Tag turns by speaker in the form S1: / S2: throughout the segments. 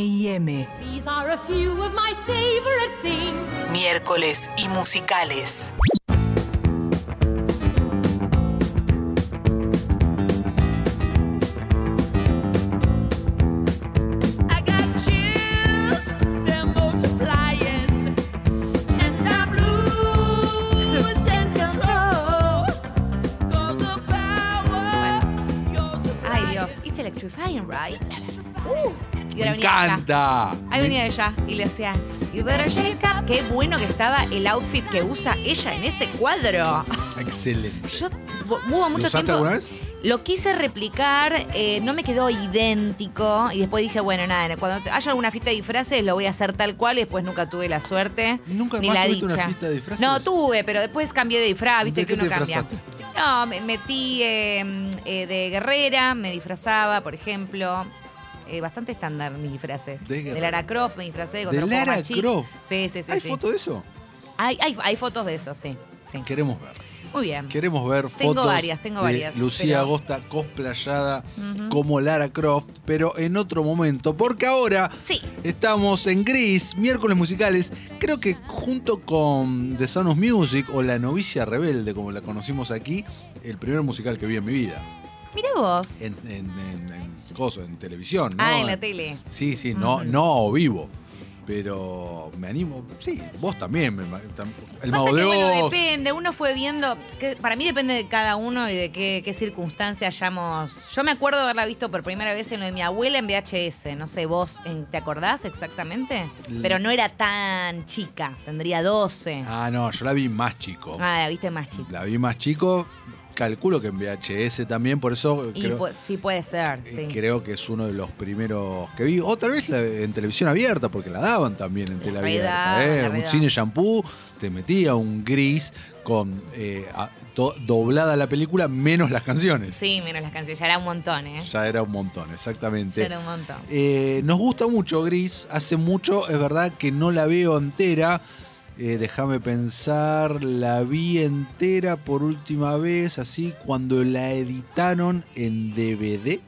S1: M&M,
S2: These are a few of my favorite things.
S1: miércoles y musicales.
S3: I got chills, they're multiplying, and I'm losing control. 'Cause the power you're
S4: Ay,
S3: supplying.
S4: Dios. Uh, It's electrifying, right? Y
S5: Me
S4: ahora venía ella.
S5: encanta.
S4: Ahí venía ella y le hacía. You better shake up. Qué bueno que estaba el outfit que usa ella en ese cuadro.
S5: Excelente.
S4: Yo bu- hubo mucho
S5: usaste
S4: tiempo.
S5: alguna vez?
S4: Lo quise replicar, eh, no me quedó idéntico. Y después dije, bueno, nada, cuando te- haya alguna fiesta de disfraces lo voy a hacer tal cual. Y después nunca tuve la suerte.
S5: ¿Nunca
S4: ni
S5: más
S4: la
S5: tuviste
S4: dicha.
S5: una fiesta de disfraces?
S4: No, tuve, pero después cambié de disfraz, viste
S5: ¿De
S4: que
S5: qué
S4: uno
S5: te
S4: cambia.
S5: disfrazaste?
S4: No, me metí eh, eh, de guerrera, me disfrazaba, por ejemplo. Eh, bastante estándar mis disfraces.
S5: De
S4: De,
S5: guerrera.
S4: Lara Croft me disfracé. cuando
S5: ¿De
S4: era un poco
S5: Lara
S4: más chica.
S5: Croft?
S4: Sí, sí, sí.
S5: ¿Hay
S4: sí.
S5: foto de eso?
S4: Hay, hay- hay fotos de eso, sí. sí.
S5: Queremos ver.
S4: Muy bien.
S5: Queremos ver
S4: Tengo
S5: fotos
S4: varias, tengo
S5: de
S4: varias,
S5: Lucía
S4: pero-
S5: Agosta cosplayada como Lara Croft, pero en otro momento, porque ahora
S4: Sí.
S5: estamos en Gris, miércoles musicales, creo que junto con The Sound of Music o La novicia rebelde, como la conocimos aquí, el primer musical que vi en mi vida,
S4: Mira vos.
S5: en, en, en- en coso, en televisión, ¿no?
S4: ah, en la tele.
S5: Sí, sí, no,
S4: Ujú.
S5: no vivo. Pero me animo. Sí, vos también. me ma- tam-
S4: Pasa
S5: el mago de
S4: que, bueno,
S5: Oz.
S4: depende, uno fue viendo, que para mí depende de cada uno y de qué, qué circunstancia hayamos. Yo me acuerdo haberla visto por primera vez en lo de mi abuela en VHS, no sé, vos, en- ¿te acordás exactamente?
S5: Mm.
S4: Pero no era tan chica, tendría 12. Ah,
S5: Ah, no, yo la vi más chico.
S4: la viste más chica.
S5: La vi más chico. Calculo que en VHS también, por eso
S4: Y
S5: creo,
S4: pu- sí puede ser,
S5: eh,
S4: sí.
S5: creo que es uno de los primeros que vi. O tal vez la- en televisión abierta, porque la daban también en
S4: La
S5: tele
S4: redaban,
S5: abierta. ¿eh?
S4: la
S5: Un
S4: redaban.
S5: cine shampoo, te metía un gris con eh, a- to- doblada la película menos las canciones.
S4: Sí, menos las canciones, ya era un montón, ¿eh?
S5: Ya era un montón, exactamente.
S4: Ya era un montón.
S5: Eh, nos gusta mucho Gris, hace mucho, es verdad que no la veo entera. Eh, Déjame pensar, la vi entera por última vez, así cuando la editaron en DVD,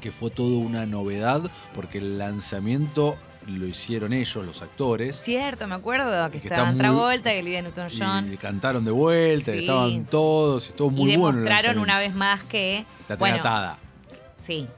S5: que fue toda una novedad, porque el lanzamiento lo hicieron ellos, los actores.
S4: Cierto, me acuerdo que,
S5: Que está
S4: estaba
S5: muy-
S4: Travolta y Olivia Newton-John.
S5: Y cantaron de vuelta,
S4: Sí.
S5: estaban todos, y estuvo
S4: Y,
S5: muy bueno. el
S4: demostraron una
S5: lanzamiento.
S4: vez más que.
S5: La tenía
S4: bueno,
S5: atada.
S4: Sí,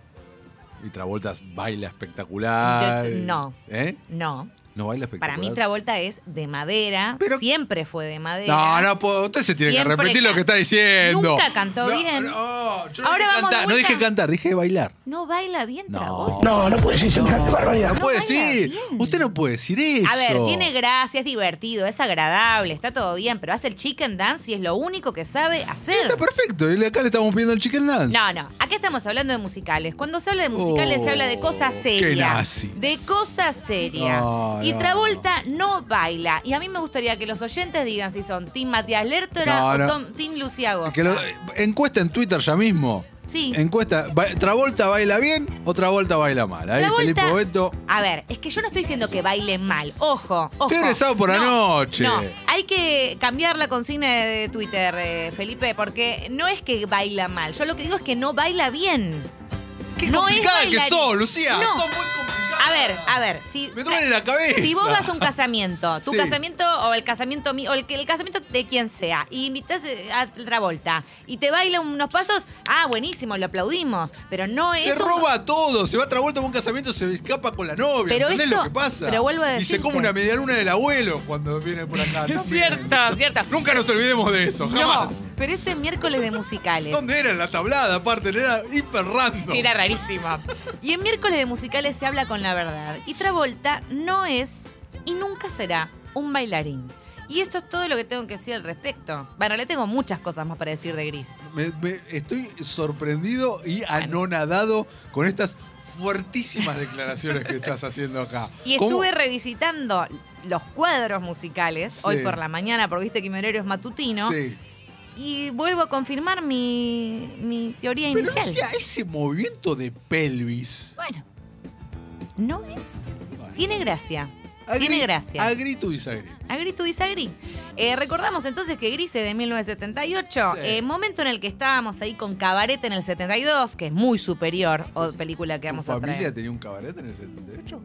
S5: Y Travolta baila espectacular.
S4: Yo- no.
S5: ¿Eh?
S4: no.
S5: No baila
S4: Para
S5: espectacular.
S4: mí Travolta es de madera,
S5: Pero-
S4: siempre fue de madera.
S5: No, no puedo. Usted se tiene
S4: Siempre
S5: que repetir lo
S4: can-
S5: que está diciendo.
S4: Nunca cantó
S5: No,
S4: bien.
S5: No, yo no
S4: Ahora
S5: dije
S4: vamos de
S5: cantar, no
S4: vuelta.
S5: dije cantar, dije bailar.
S4: No baila bien
S5: No.
S4: Travolta.
S6: No, no puedes decir semejante barbaridad.
S5: No, puede
S4: baila
S5: decir.
S4: bien.
S5: Usted no puede decir eso.
S4: A ver, tiene gracia, es divertido, es agradable, está todo bien, pero hace el chicken dance y es lo único que sabe hacer.
S5: Está perfecto. y Acá le estamos pidiendo el chicken dance.
S4: No, no, acá estamos hablando de musicales. Cuando se habla de musicales
S5: Oh,
S4: se habla de cosas
S5: qué
S4: serias.
S5: nazi.
S4: De cosas serias.
S5: No,
S4: y
S5: no.
S4: Travolta no baila. Y a mí me gustaría que los oyentes digan si son Team Matías Lertora
S5: No,
S4: o
S5: no.
S4: Tom- Team Luciago.
S5: Que lo- encuesta en Twitter ya mismo.
S4: Sí.
S5: Encuesta. ba- Travolta baila bien o Travolta baila mal. Ahí
S4: Travolta-
S5: Felipe Boeto.
S4: A ver, es que yo no estoy diciendo que baile mal. Ojo, ojo.
S5: Fiebre sábado por la noche.
S4: No, hay que cambiar la consigna de Twitter, eh, Felipe, porque no es que baila mal. Yo lo que digo es que no baila bien.
S5: Qué
S4: No es
S5: complicada que
S4: bailarín.
S5: sos, Lucía.
S4: No.
S5: Sos muy complicada.
S4: A ver, a ver, si.
S5: Me duele la cabeza.
S4: Si vos vas a un casamiento, tu
S5: Sí.
S4: casamiento o el casamiento mío, o el, que- el casamiento de quien sea, y invitas eh, a Travolta y te baila unos pasos, ah, buenísimo, lo aplaudimos, pero no es.
S5: Se
S4: un-
S5: roba todo, se va a Travolta a un casamiento, se escapa con la novia.
S4: Pero
S5: ¿Entendés
S4: esto-
S5: lo que pasa?
S4: pero vuelvo a
S5: Y se
S4: decirte.
S5: come una medialuna del abuelo cuando viene por acá.
S4: Es
S5: también.
S4: cierto, cierto.
S5: Nunca nos olvidemos de eso,
S4: No,
S5: jamás.
S4: pero esto es miércoles de musicales.
S5: ¿Dónde era en la tablada? Aparte, era hiper random.
S4: Sí, era rarísimo. Y en miércoles de musicales se habla con la verdad. Y Travolta no es y nunca será un bailarín. Y esto es todo lo que tengo que decir al respecto. Bueno, le tengo muchas cosas más para decir de Gris.
S5: Me- me- estoy sorprendido y anonadado con estas fuertísimas declaraciones que estás haciendo acá.
S4: Y
S5: ¿Cómo?
S4: estuve revisitando los cuadros musicales
S5: Sí.
S4: hoy por la mañana, porque viste que mi horario es matutino.
S5: Sí.
S4: Y vuelvo a confirmar mi, mi teoría
S5: Pero
S4: inicial.
S5: Lucía, ese movimiento de pelvis.
S4: Bueno, no es. Tiene gracia. Tiene
S5: Agri-
S4: gracia.
S5: Agrito bisagri.
S4: A grito disagrí. Eh, recordamos entonces que Grise de 1978,
S5: Sí.
S4: eh, momento en el que estábamos ahí con Cabaret en el 72, que es muy superior, o película que
S5: ¿Tu
S4: vamos a
S5: familia
S4: traer.
S5: tenía un cabaret en el 78?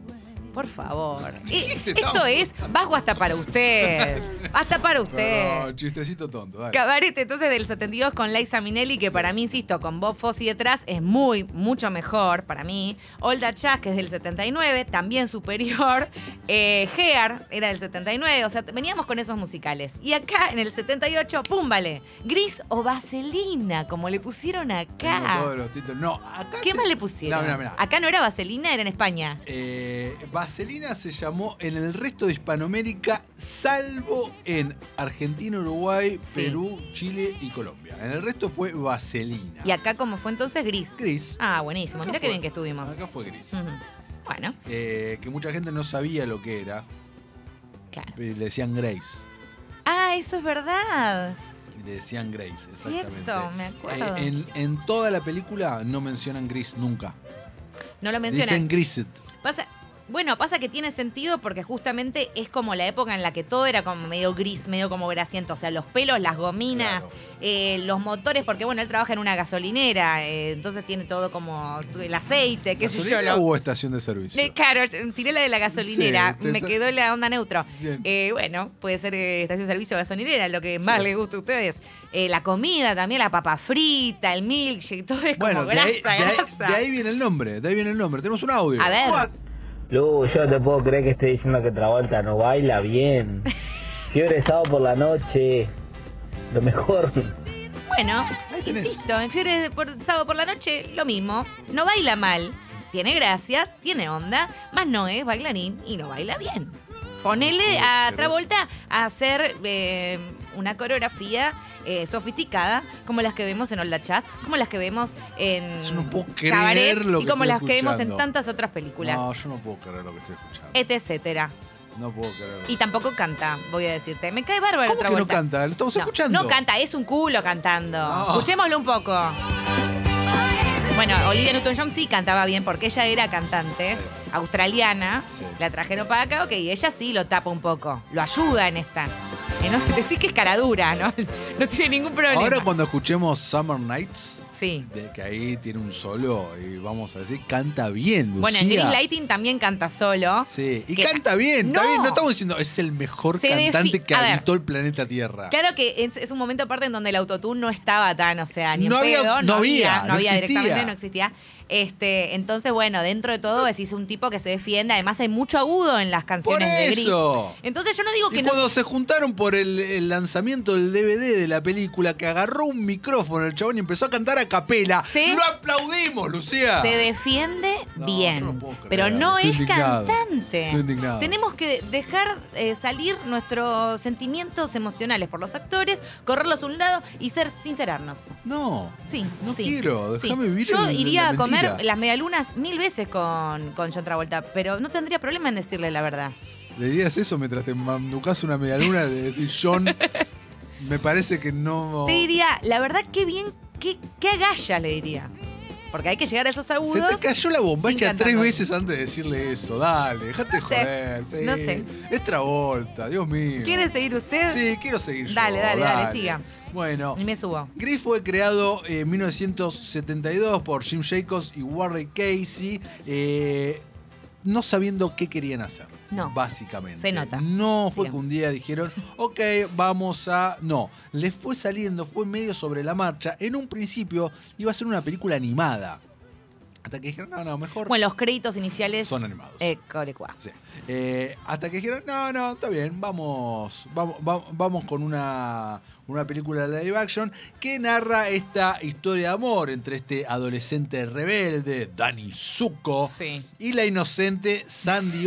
S4: Por favor. Eh, esto
S5: Te estamos-
S4: es Vasco hasta para usted. Hasta para usted.
S5: Perdón, chistecito tonto. dale.
S4: Cabaret entonces del 72 con Liza Minelli, que para mí, insisto, con Bob Fossi detrás es muy, mucho mejor para mí. Olda Chas, que es del 79, también superior. Eh, Hair era del 79, o sea, veníamos con esos musicales. Y acá en el 78, ¡pum! Vale, gris o vaselina, como le pusieron
S5: Tengo todos
S4: acá.
S5: los títulos. No, acá.
S4: ¿Qué
S5: se-
S4: más le pusieron?
S5: No, mirá, mirá.
S4: Acá no era vaselina, era en España.
S5: Eh, Vaselina se llamó en el resto de Hispanoamérica, salvo en Argentina, Uruguay,
S4: Sí.
S5: Perú, Chile y Colombia. En el resto fue Vaselina.
S4: Y acá, como fue entonces, gris.
S5: Gris.
S4: Ah, buenísimo.
S5: Acá
S4: Mira qué
S5: fue-
S4: bien que estuvimos. Mm.
S5: Acá fue Gris.
S4: Ujú. Bueno,
S5: Eh, que mucha gente no sabía lo que era.
S4: claro.
S5: Eh, Le decían Grace.
S4: Ah, eso es verdad.
S5: Y Le decían Grace, exactamente.
S4: Cierto, me acuerdo.
S5: Eh, en, en toda la película no mencionan Gris nunca.
S4: No lo mencionan.
S5: Dicen Griset.
S4: Pasa, bueno, pasa que tiene sentido porque justamente es como la época en la que todo era como medio gris, medio como grasiento. O sea, los pelos, las gominas,
S5: Claro.
S4: eh, los motores, porque bueno, él trabaja en una gasolinera, eh, entonces tiene todo como tu- el aceite, qué sé yo.
S5: ¿Gasolinera
S4: lo-
S5: o estación de servicio?
S4: Le- claro, tiré la de la gasolinera,
S5: Sí, te-
S4: me quedó la onda neutro.
S5: Bien.
S4: Eh, bueno, puede ser eh, estación de servicio gasolinera, lo que más
S5: Sí.
S4: les gusta a ustedes. Eh, la comida también, la papa frita, el milkshake, todo es
S5: bueno,
S4: como
S5: de
S4: grasa,
S5: ahí, de ahí-
S4: grasa.
S5: de ahí viene el nombre, de ahí viene el nombre. Tenemos un audio.
S4: A ver.
S6: Lu, yo no te puedo creer que esté diciendo que Travolta no baila bien. Fiebre de sábado por la noche. Lo mejor.
S4: Bueno,
S5: Ahí tenés.
S4: insisto, en Fiebre de por, Sábado por la Noche, lo mismo. No baila mal, tiene gracia, tiene onda, más no es bailarín y no baila bien. Ponele a
S5: Pero-
S4: Travolta a hacer eh, una coreografía eh, sofisticada, como las que vemos en Olda Chas, como las que vemos en
S5: Yo no puedo creer
S4: Cabaret
S5: lo
S4: y
S5: que
S4: como
S5: estoy
S4: las que vemos en
S5: escuchando.
S4: tantas otras películas,
S5: No, yo no puedo creer lo que estoy escuchando.
S4: etcétera.
S5: No puedo creer.
S4: Eh, Y tampoco canta, voy a decirte. Me cae bárbaro
S5: ¿Cómo que no
S4: Travolta.
S5: canta? Lo estamos
S4: No,
S5: escuchando.
S4: No canta, es un culo cantando.
S5: No.
S4: Escuchémoslo un poco. Bueno, Olivia Newton-John sí cantaba bien porque ella era cantante
S5: Sí.
S4: australiana.
S5: Sí.
S4: La trajeron para acá, ok, y ella sí lo tapa un poco. Lo ayuda en esta. Eh, No, decís que es caradura, ¿no? No tiene ningún problema.
S5: Ahora cuando escuchemos Summer Nights,
S4: Sí.
S5: de que ahí tiene un solo y vamos a decir, canta bien, Lucía.
S4: Bueno, en Green Lighting también canta solo.
S5: Sí, y
S4: Que-
S5: canta bien,
S4: No.
S5: está bien. No estamos diciendo, es el mejor
S4: Se
S5: cantante
S4: defi-
S5: que
S4: a ver.
S5: habitó el planeta Tierra.
S4: Claro que es, es un momento aparte en donde el autotune no estaba tan, o sea, ni
S5: No
S4: en
S5: había-
S4: pedo,
S5: no había,
S4: no
S5: no
S4: había
S5: existía.
S4: directamente, no existía. Este, entonces, bueno, dentro de todo es un tipo que se defiende. Además, hay mucho agudo en las
S5: Por
S4: canciones de Gris.
S5: eso.
S4: Entonces yo no digo que
S5: Y
S4: no.
S5: cuando se juntaron por el, el lanzamiento del DVD de la película, que agarró un micrófono el chabón y empezó a cantar a capela.
S4: Sí.
S5: ¡Lo aplaudimos, Lucía!
S4: Se defiende
S5: No,
S4: bien,
S5: yo no puedo creer.
S4: pero no
S5: Estoy
S4: es
S5: indignado.
S4: cantante.
S5: Estoy indignado.
S4: Tenemos que dejar eh, salir nuestros sentimientos emocionales por los actores, correrlos a un lado y ser sincerarnos.
S5: No.
S4: Sí,
S5: No
S4: sí,
S5: quiero,
S4: sí.
S5: déjame vivir
S4: Yo
S5: en- en
S4: iría
S5: la
S4: a comer
S5: mentira.
S4: las medialunas mil veces con, con John Travolta, pero no tendría problema en decirle la verdad.
S5: ¿Le dirías eso mientras te manducas una medialuna de decir, John, me parece que no...
S4: Te diría, la verdad, qué bien, qué, qué agalla le diría. Porque hay que llegar a esos agudos.
S5: Se te cayó la
S4: sin
S5: bombacha
S4: cantar,
S5: tres
S4: ¿no?
S5: veces antes de decirle eso. Dale, dejate
S4: sé,
S5: joder. sí.
S4: no sé.
S5: Es Travolta, Dios mío.
S4: ¿Quiere seguir usted?
S5: Sí, quiero seguir yo.
S4: Dale, dale, dale, siga.
S5: Bueno,
S4: Y me subo.
S5: Gris fue creado eh, en 1972 por Jim Jacobs y Warren Casey, eh, no sabiendo qué querían hacer.
S4: No.
S5: Básicamente.
S4: Se nota.
S5: No fue que
S4: Digamos.
S5: un día dijeron, ok, vamos a. No. Les fue saliendo, fue medio sobre la marcha. En un principio iba a ser una película animada. Hasta que dijeron, no, no, mejor.
S4: Bueno, los créditos iniciales.
S5: Son animados.
S4: Eh, colecua.
S5: Sí. Eh, hasta que dijeron, no, no, está bien, vamos, vamos, va- vamos con una, una película live action que narra esta historia de amor entre este adolescente rebelde, Danny Zuko,
S4: Sí.
S5: y la inocente Sandy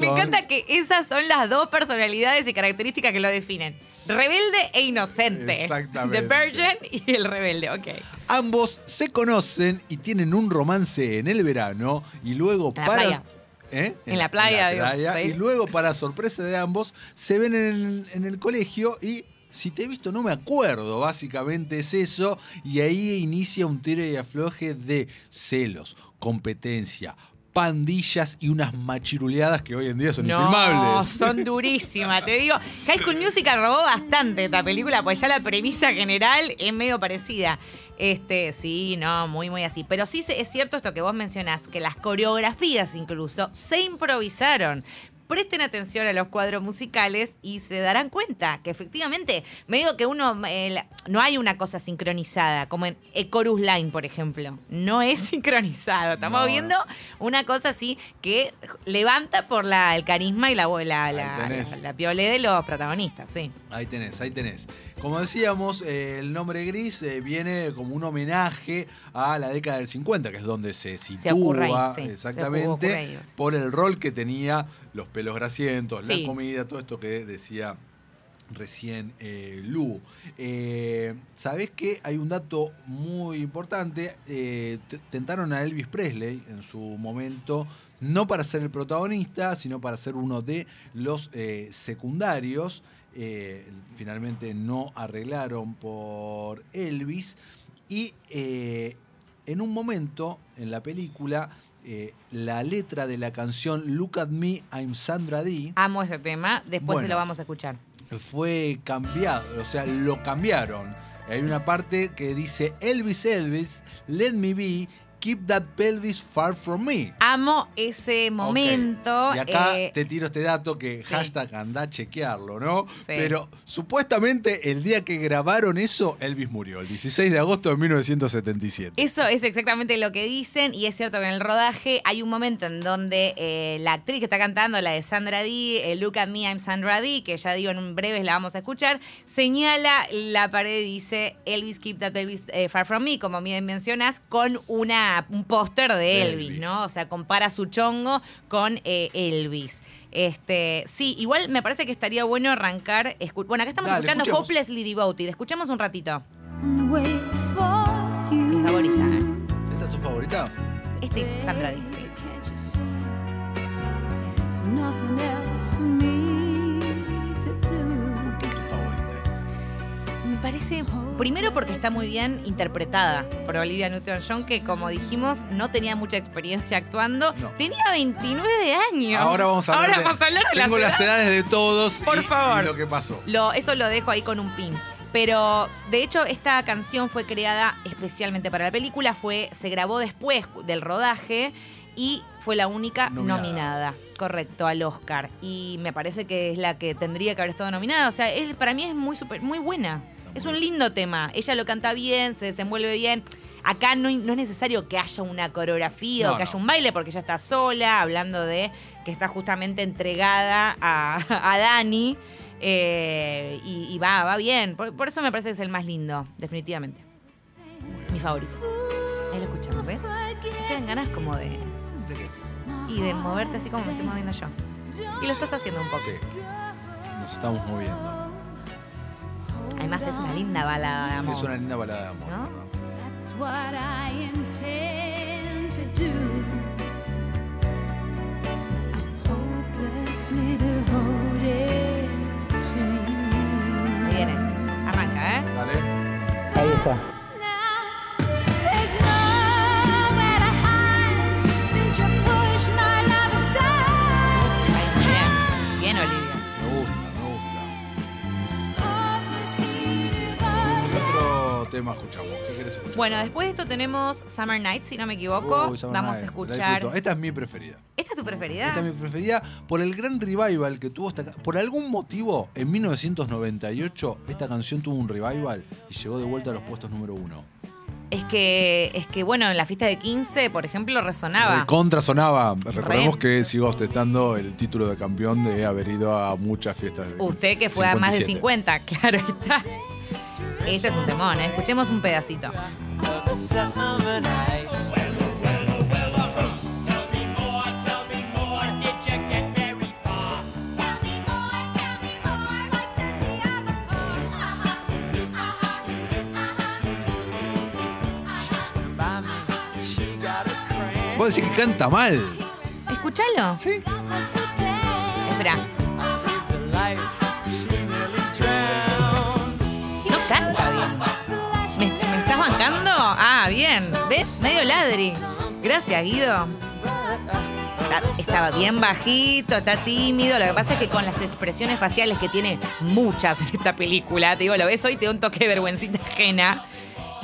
S4: Me encanta que esas son las dos personalidades y características que lo definen. Rebelde e inocente.
S5: Exactamente.
S4: The Virgin y el rebelde, ok.
S5: Ambos se conocen y tienen un romance en el verano y luego
S4: En la
S5: para...
S4: playa.
S5: ¿Eh?
S4: En la playa, digo, sí.
S5: Y luego, para sorpresa de ambos, se ven en el, en el colegio y... Si te he visto, no me acuerdo. Básicamente es eso. Y ahí inicia un tiro y afloje de celos, competencia, pandillas y unas machiruleadas que hoy en día son
S4: No,
S5: infilmables.
S4: son durísimas. Te digo, High School Musical robó bastante esta película, pues ya la premisa general es medio parecida. Este, sí, no, muy, muy así. Pero sí se- es cierto esto que vos mencionás, que las coreografías incluso se improvisaron. Presten atención a los cuadros musicales y se darán cuenta que efectivamente, medio que uno, eh, la- no hay una cosa sincronizada, como en eh, Chorus Line, por ejemplo. No es sincronizado. Estamos
S5: No, no.
S4: viendo una cosa así que levanta por la, el carisma y la, la, la,
S5: tenés.
S4: la, la piole de los protagonistas, sí.
S5: Ahí tenés, ahí tenés. Como decíamos, eh, el nombre gris eh, viene como un homenaje a la década del 50, que es donde se sitúa
S4: ocurre ahí, sí, se
S5: exactamente
S4: ocurre ahí, o sea.
S5: por el rol que tenía los pelos grasientos,
S4: Sí.
S5: la comida, todo esto que decía recién eh, Lu. Eh, ¿Sabés que hay un dato muy importante? Eh, te- tentaron a Elvis Presley en su momento, no para ser el protagonista, sino para ser uno de los eh, secundarios. Eh, finalmente no arreglaron por Elvis. Y eh, en un momento en la película, eh, la letra de la canción Look at Me, I'm Sandra Dee
S4: Amo ese tema, después se
S5: Bueno.
S4: lo vamos a escuchar.
S5: fue cambiado, o sea, lo cambiaron. Hay una parte que dice Elvis Elvis, let me be, keep that pelvis far from me.
S4: Amo ese momento.
S5: Ok. Y acá
S4: eh,
S5: te tiro este dato que
S4: sí.
S5: hashtag anda a chequearlo, ¿no?
S4: Sí.
S5: Pero supuestamente el día que grabaron eso, Elvis murió, el 16 de agosto de 1977.
S4: Eso es exactamente lo que dicen y es cierto que en el rodaje hay un momento en donde eh, la actriz que está cantando, la de Sandra Dee, eh, Look at me, I'm Sandra Dee, que ya digo en un breve la vamos a escuchar, señala la pared y dice Elvis Keep That Elvis eh, Far From Me, como bien mencionas, con una, un póster de Elvis,
S5: Elvis.
S4: ¿no? O sea, compara su chongo con eh, Elvis. Este, sí, igual me parece que estaría bueno arrancar. escu- Bueno, acá estamos
S5: Dale,
S4: escuchando
S5: escuchemos.
S4: Hopelessly Devoted. Escuchamos un ratito.
S7: and wait for
S4: Mi
S7: you.
S4: favorita, ¿eh?
S5: ¿Esta es tu favorita?
S4: Este es Sandra Dee, sí.
S7: Baby, can't you see There's nothing else for me to do.
S5: ¿Por qué es tu favorita?
S4: Me parece, primero porque está muy bien interpretada por Olivia Newton-John, que como dijimos, no tenía mucha experiencia actuando.
S5: No.
S4: Tenía 29 años.
S5: Ahora vamos a hablar,
S4: Ahora
S5: de,
S4: vamos a hablar de la
S5: Tengo las
S4: ciudad.
S5: edades de todos
S4: Por
S5: y-
S4: favor.
S5: y lo que pasó.
S4: Lo- eso lo dejo ahí con un pin. Pero de hecho esta canción fue creada especialmente para la película, fue, se grabó después del rodaje y fue la única
S5: Nominada.
S4: nominada. correcto, al Oscar. Y me parece que es la que tendría que haber estado nominada. O sea, es- para mí es muy, super- muy buena. Es un lindo tema. Ella lo canta bien, se desenvuelve bien. Acá no, no es necesario que haya una coreografía o
S5: No,
S4: que
S5: no.
S4: haya un baile porque ella está sola, hablando de que está justamente entregada a, a Dani. eh, y, y va, va bien. Por, por eso me parece que es el más lindo, definitivamente. Mi favorito. Ahí lo escuchamos, ¿ves? Te quedan ganas como de. Y de moverte así como me estoy moviendo yo. Y lo estás haciendo un poco.
S5: Sí. Nos estamos moviendo.
S4: Además es una linda balada de amor.
S5: Es una linda balada de amor.
S4: ¿No?
S7: That's what I intend to do. I'm hopelessly devoted to you.
S4: Ahí viene. Arranca, ¿eh?
S5: Dale.
S6: Ahí está.
S7: Now there's nowhere to hide since you pushed my love aside.
S4: Ahí, muy bien. Bien, Olivia.
S5: Me gusta, me gusta.
S7: Hopelessly
S5: ¿Qué
S7: devoted.
S5: otro tema escuchamos? ¿Qué querés escuchar?
S4: Bueno, después de esto tenemos Summer Night, si no me equivoco.
S5: Uy, Summer
S4: Vamos
S5: Night,
S4: a
S5: la
S4: escuchar. Ah.
S5: disfruto. Esta es mi preferida.
S4: ¿Esta es tu preferida?
S5: Esta es mi preferida por el gran revival que tuvo esta ca- Por algún motivo, en 1998, esta canción tuvo un revival y llegó de vuelta a los puestos número uno.
S4: Es que, es que, bueno, en la fiesta de 15, por ejemplo, resonaba.
S5: Contra sonaba.
S4: Ah,
S5: Recordemos
S4: Re.
S5: que sigo ostentando el título de campeón de haber ido a muchas fiestas. de-
S4: Usted que fue a más de
S5: 57.
S4: 50, claro está. Este es un temón, ¿eh? escuchemos un pedacito.
S7: Tell me more, tell me more. What does he have a Uh-huh. for? Ah
S5: Vos decís que canta mal.
S4: Escuchalo.
S5: Sí.
S4: Espera. No canta bien. ¿Me, me estás bancando? Ah, bien. ¿Ves? Medio ladri. Gracias, Guido. está- estaba bien bajito, está tímido. Lo que pasa es que con las expresiones faciales que tiene muchas en esta película, te digo, lo ves hoy, te da un toque de vergüencita ajena.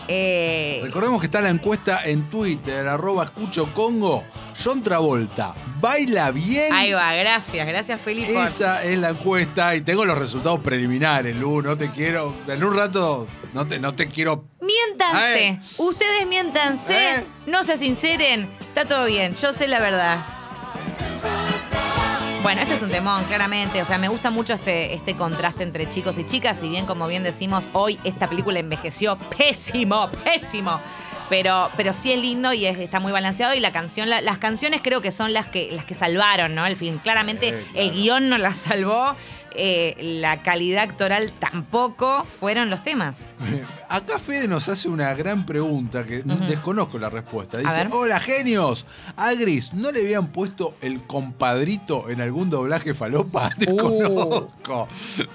S4: Eh,
S5: Recordemos que está la encuesta en Twitter, arroba escucho Congo. John Travolta, ¿baila bien?
S4: ahí va, gracias, gracias Felipe.
S5: Esa es la encuesta y tengo los resultados preliminares, Lu. No te quiero. En un rato, no te, no te quiero.
S4: Miéntanse,
S5: Eh.
S4: ustedes miéntanse,
S5: Eh.
S4: no se sinceren, está todo bien, yo sé la verdad. Bueno, este es un temón, claramente. O sea, me gusta mucho este, este contraste entre chicos y chicas. Si bien, como bien decimos, hoy esta película envejeció pésimo, pésimo. Pero, pero sí es lindo y es- está muy balanceado. Y la canción, la- las canciones creo que son las que, las que salvaron, ¿no? El film. Claramente
S5: Eh,
S4: el guión no la salvó. eh, la calidad actoral tampoco. Fueron los temas.
S5: Acá Fede nos hace una gran pregunta que no- desconozco la respuesta. Dice:
S4: ver.
S5: Hola, genios. A Gris, ¿no le habían puesto el compadrito en algún doblaje falopa? Desconozco.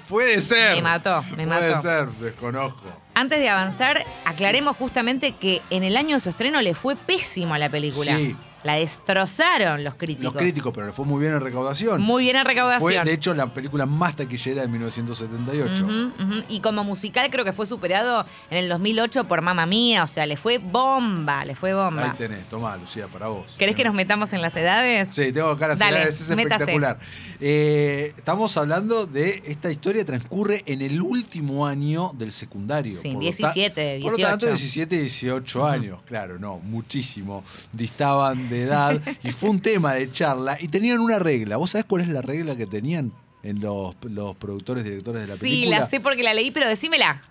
S5: Puede ser.
S4: Uh. Me mató, me
S5: Puede
S4: mató.
S5: ser, desconozco.
S4: Antes de avanzar, aclaremos justamente que en el año de su estreno le fue pésimo a la película.
S5: Sí.
S4: La destrozaron los críticos.
S5: Los críticos, pero le fue muy bien en recaudación.
S4: Muy bien en recaudación.
S5: Fue, de hecho, la película más taquillera de 1978.
S4: Ujú, ujú. Y como musical creo que fue superado en el 2008 por Mamma Mía, o sea, le fue bomba, le fue
S5: Ahí
S4: bomba.
S5: tenés, tomá, Lucía, para vos.
S4: ¿Querés que nos metamos en las edades?
S5: Sí, tengo acá las
S4: Dale,
S5: edades, es
S4: métase.
S5: espectacular. Eh, estamos hablando de esta historia transcurre en el último año del secundario.
S4: Sí,
S5: por lo
S4: 17,
S5: ta- Por lo tanto,
S4: 18.
S5: 17 y 18 años, claro, no, muchísimo. Distaban de edad y fue un tema de charla y tenían una regla. ¿Vos sabés cuál es la regla que tenían en los, los productores, directores de la
S4: Sí,
S5: película?
S4: la sé porque la leí, pero decímela.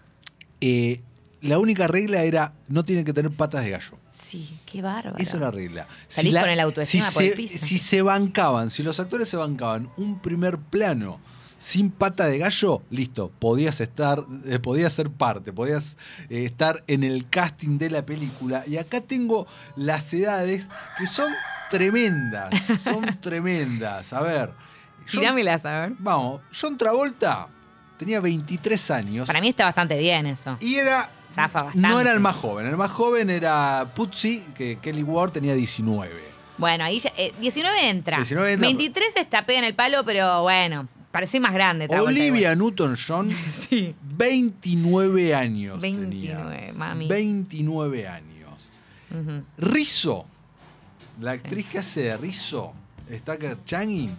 S5: Eh, la única regla era no tienen que tener patas de gallo.
S4: Sí, qué bárbaro.
S5: Esa es la regla.
S4: Salís con el autoestima
S5: si
S4: por el
S5: se-
S4: piso.
S5: Si se bancaban, si los actores se bancaban un primer plano sin pata de gallo, listo, podías estar, eh, podías ser parte, podías eh, estar en el casting de la película. Y acá tengo las edades que son tremendas, son tremendas. A ver, John-
S4: Tirámelas, a ver.
S5: vamos, John Travolta tenía 23 años.
S4: Para mí está bastante bien eso.
S5: Y era.
S4: Zafa bastante.
S5: No era el más joven. El más joven era Putzi, que Kelly Ward tenía 19.
S4: Bueno, ahí ya, eh, 19 entra.
S5: 19 entra.
S4: 23 está pega en el palo, pero bueno, parece más grande. Travolta
S5: Olivia
S4: igual.
S5: Newton-John,
S4: Sí.
S5: 29 años.
S4: 29,
S5: tenía.
S4: mami.
S5: 29 años.
S4: Ujú.
S5: Rizzo, la actriz que hace de Rizzo, está acá, Changi,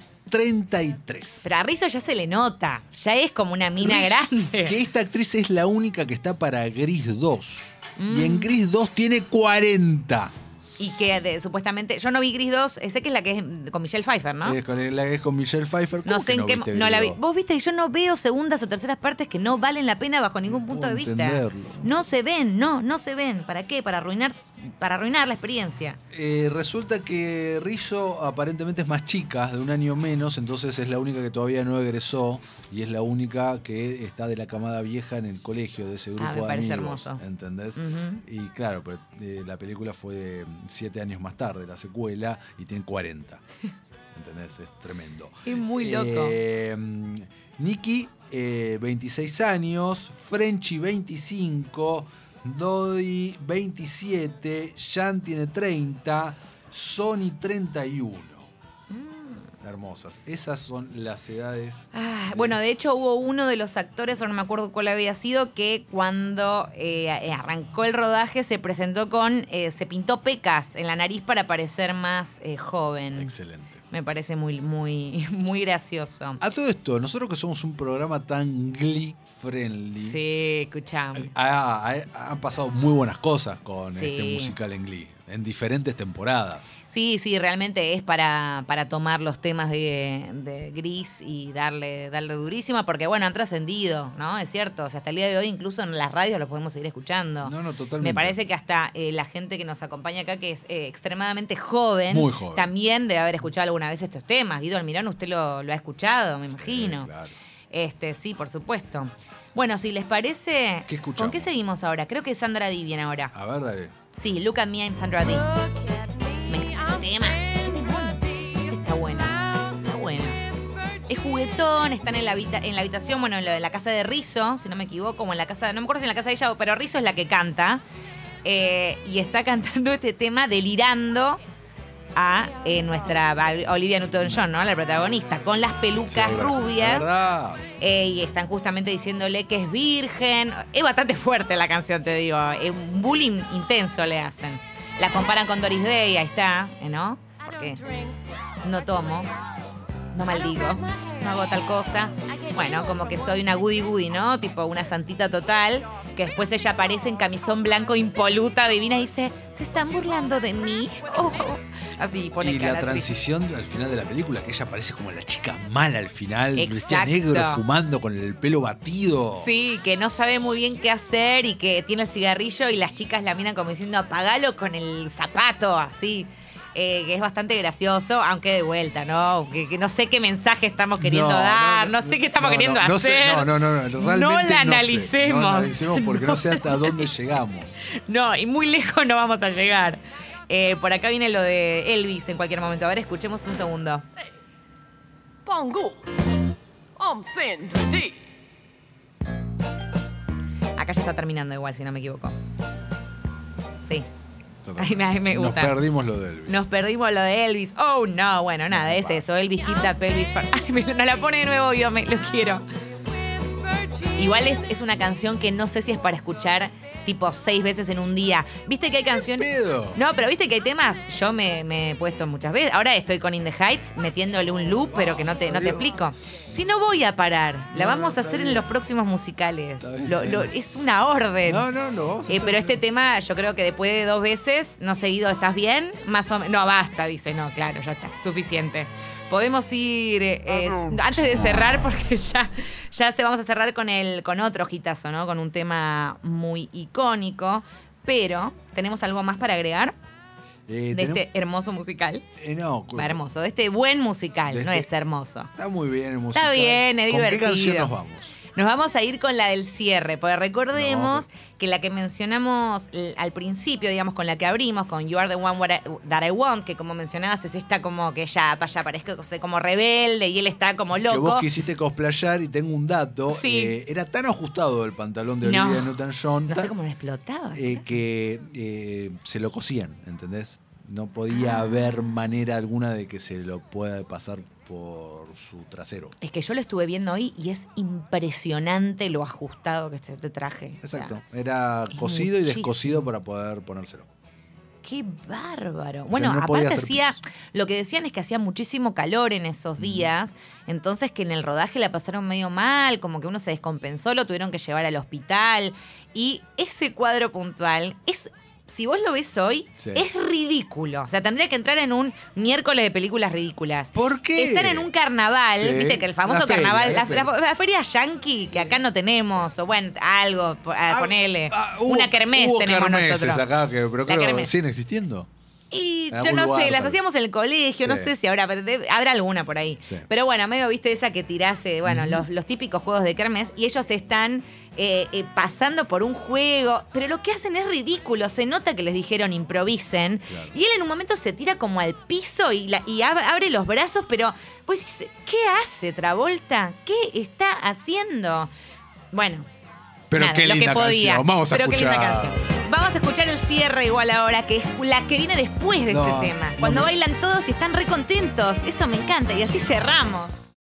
S5: 33.
S4: Pero a Rizzo ya se le nota. Ya es como una mina
S5: Rizzo,
S4: grande.
S5: Que esta actriz es la única que está para Gris 2.
S4: Mm.
S5: Y en Gris 2 tiene 40.
S4: Y que de- supuestamente. Yo no vi Gris 2, sé que es la que es con Michelle Pfeiffer, ¿no?
S5: Es con, la que es con Michelle Pfeiffer. Eh, ¿Cómo
S4: No sé
S5: que
S4: en qué.
S5: viste
S4: mo- No la vi.
S5: Gris 2?
S4: Vos viste que yo no veo segundas o terceras partes que no valen la pena bajo ningún
S5: No
S4: punto de
S5: puedo
S4: vista.
S5: entenderlo.
S4: No se ven, no, no se ven. ¿Para qué? Para arruinar, para arruinar la experiencia.
S5: Eh, resulta que Rizzo aparentemente es más chica, de un año menos, entonces es la única que todavía no egresó y es la única que está de la camada vieja en el colegio de ese grupo
S4: Ah, me
S5: de
S4: parece
S5: amigos,
S4: hermoso. Mm.
S5: ¿Entendés?
S4: Ujú.
S5: Y claro, pero, eh, la película fue mm, siete años más tarde, la secuela, y tiene 40. ¿Entendés? Es tremendo.
S4: Es muy loco.
S5: Eh, mm, Nicky, eh, 26 años. Frenchy, 25. Dodi, 27. Jan tiene 30. Sony, 31.
S4: Mm.
S5: Hermosas. Esas son las edades.
S4: Ah, bueno, de hecho hubo uno de los actores, ahora no me acuerdo cuál había sido, que cuando eh, eh, arrancó el rodaje se presentó con, eh, se pintó pecas en la nariz para parecer más eh, joven.
S5: Excelente.
S4: Me parece muy, muy, muy gracioso.
S5: A todo esto, nosotros que somos un programa tan glee friendly.
S4: Sí, escuchamos.
S5: ha- ha- han pasado muy buenas cosas con
S4: Sí.
S5: este musical en Glee, en diferentes temporadas.
S4: Sí, sí, realmente es para, para tomar los temas de, de Gris y darle, darle durísima, porque bueno, han trascendido, ¿no? Es cierto, o sea, hasta el día de hoy incluso en las radios los podemos seguir escuchando.
S5: No, no, totalmente.
S4: Me parece que hasta eh, la gente que nos acompaña acá, que es eh, extremadamente joven,
S5: Muy joven.
S4: también debe haber escuchado alguna vez estos temas. Guido Almirón, usted lo, lo ha escuchado, me imagino.
S5: Sí, claro.
S4: Este, sí, por supuesto. Bueno, si les parece,
S5: ¿Qué escuchamos?
S4: ¿con qué seguimos ahora? Creo que Sandra Di viene ahora.
S5: A ver, dale.
S4: Sí, look at me, I'm Sandra Di. Me encanta este tema. Este es bueno. Este está bueno. Está bueno. Es juguetón, están en la, habita- en la habitación, bueno, en la, en la casa de Rizzo, si no me equivoco, o en la casa, no me acuerdo si en la casa de ella, pero Rizzo es la que canta. Eh, y está cantando este tema delirando. a eh, nuestra Val- Olivia Newton-John, ¿no? La protagonista, con las pelucas
S5: Sí, la
S4: rubias.
S5: verdad.
S4: Eh, y están justamente diciéndole que es virgen. Es bastante fuerte la canción, te digo. Eh, Un bullying intenso le hacen. La comparan con Doris Day, ahí está, eh, ¿no? Porque no tomo, no maldigo, no hago tal cosa. Bueno, como que soy una goody goody, ¿no? Tipo una santita total. Que después ella aparece en camisón blanco impoluta, divina, y dice, se están burlando de mí. Oh. Así pone
S5: Y
S4: cara
S5: la
S4: triste.
S5: transición al final de la película, que ella aparece como la chica mala al final, vestida
S4: Exacto.
S5: negro, fumando con el pelo batido.
S4: Sí, que no sabe muy bien qué hacer y que tiene el cigarrillo y las chicas la miran como diciendo apagalo con el zapato, así. Eh, que es bastante gracioso, aunque de vuelta, ¿no? Que, que no sé qué mensaje estamos queriendo
S5: No, no,
S4: dar, no,
S5: no,
S4: sé qué estamos
S5: no,
S4: queriendo
S5: no, no sé,
S4: hacer.
S5: no, no, no, no, realmente
S4: No
S5: no sé,
S4: la analicemos.
S5: No la analicemos porque no sé hasta dónde llegamos.
S4: No, y muy lejos no vamos a llegar. Eh, por acá viene lo de Elvis en cualquier momento. A ver, escuchemos un segundo.
S8: Bongo. I'm saying today.
S4: Acá ya está terminando igual, si no me equivoco. Sí.
S5: Totalmente.
S4: Ay, me- ay, me gusta.
S5: Nos perdimos lo de Elvis.
S4: Nos perdimos lo de Elvis. Oh, no. Bueno, nada, es eso. Elvis Keep That Pelvis Fat. Ay, me, nos la pone de nuevo, Dios, me, lo quiero. Igual es, es una canción que no sé si es para escuchar tipo seis veces en un día. ¿Viste que hay canciones?
S5: pedo.
S4: No, pero viste que hay temas. Yo me, me he puesto muchas veces. Ahora estoy con In the Heights metiéndole un loop, pero que no te, no te explico. Si no voy a parar, la vamos a hacer en los próximos musicales.
S5: Está bien,
S4: Lo-
S5: está
S4: lo-
S5: bien.
S4: es una orden.
S5: No, no, lo vamos a
S4: Eh,
S5: hacer.
S4: pero este tema, yo creo que después de dos veces, no seguido, ¿estás bien? Más o menos. No, basta, dice. No, claro, ya está. Suficiente. Podemos ir. eh,
S5: Ah,
S4: eh, antes de cerrar, porque ya, ya se vamos a cerrar con el, con otro hitazo, ¿no? Con un tema muy icónico. Pero, ¿tenemos algo más para agregar
S5: Eh,
S4: de
S5: tenemos-
S4: este hermoso musical?
S5: eh, no, cu-
S4: Va, hermoso, de este buen musical,
S5: De
S4: no
S5: este-
S4: es hermoso.
S5: Está muy bien el musical.
S4: bien, es
S5: ¿Con
S4: divertido.
S5: qué canción nos vamos?
S4: Nos vamos a ir con la del cierre, porque recordemos
S5: No, pues.
S4: que la que mencionamos l- al principio, digamos, con la que abrimos, con You Are the One What I- That I Want, que como mencionabas es esta como que ya, ya parezca o sea, como rebelde y él está como
S5: Que vos
S4: loco.
S5: quisiste cosplayar y tengo un dato.
S4: Sí.
S5: eh, era tan ajustado el pantalón de
S4: No.
S5: Olivia Newton-John
S4: No
S5: ta-
S4: sé cómo lo explotaba.
S5: eh, que eh, se lo cosían, ¿entendés? No podía
S4: Ah.
S5: haber manera alguna de que se lo pueda pasar por su trasero.
S4: Es que yo lo estuve viendo hoy y es impresionante lo ajustado que está este traje. O sea,
S5: Exacto. Era
S4: es
S5: cosido y
S4: muchísimo.
S5: descosido para poder ponérselo.
S4: Qué bárbaro. Bueno,
S5: no podía
S4: aparte
S5: hacer
S4: hacía,
S5: pis. Mm.
S4: lo que decían es que hacía muchísimo calor en esos días, entonces que en el rodaje la pasaron medio mal, como que uno se descompensó, lo tuvieron que llevar al hospital. Y ese cuadro puntual es, si vos lo ves hoy,
S5: Sí.
S4: es ridículo. O sea, tendría que entrar en un miércoles de películas ridículas.
S5: ¿Por qué?
S4: Están en un carnaval,
S5: Sí.
S4: viste que el
S5: La
S4: famoso
S5: feria,
S4: carnaval,
S5: la
S4: la, la-
S5: feria.
S4: la feria yankee, que acá no tenemos, o bueno, algo, po- ah, ponele.
S5: Ah, hubo-
S4: una kermés
S5: hubo
S4: tenemos
S5: kermeses
S4: nosotros.
S5: acá, que, pero
S4: La
S5: creo que
S4: kermés.
S5: siguen existiendo.
S4: Y
S5: En
S4: yo
S5: algún
S4: no
S5: lugar,
S4: sé, las
S5: tal
S4: hacíamos en el colegio, no
S5: Sí.
S4: sé si ahora habrá alguna por ahí.
S5: Sí.
S4: Pero bueno, medio viste esa que tirase, bueno, los, los típicos juegos de kermes y ellos están eh, eh, pasando por un juego, pero lo que hacen es ridículo, se nota que les dijeron improvisen
S5: Claro.
S4: y él en un momento se tira como al piso y, la- y ab- abre los brazos, pero pues decís, ¿qué hace Travolta? ¿Qué está haciendo? Bueno,
S5: Pero
S4: Nada,
S5: qué
S4: lo que
S5: linda
S4: podía.
S5: canción. Vamos a
S4: Pero qué linda
S5: escuchar.
S4: canción. Vamos a escuchar el cierre igual ahora, que es la que viene después de
S5: No,
S4: este tema.
S5: no
S4: Cuando
S5: me-
S4: bailan todos y están recontentos. Eso me encanta. Y así cerramos.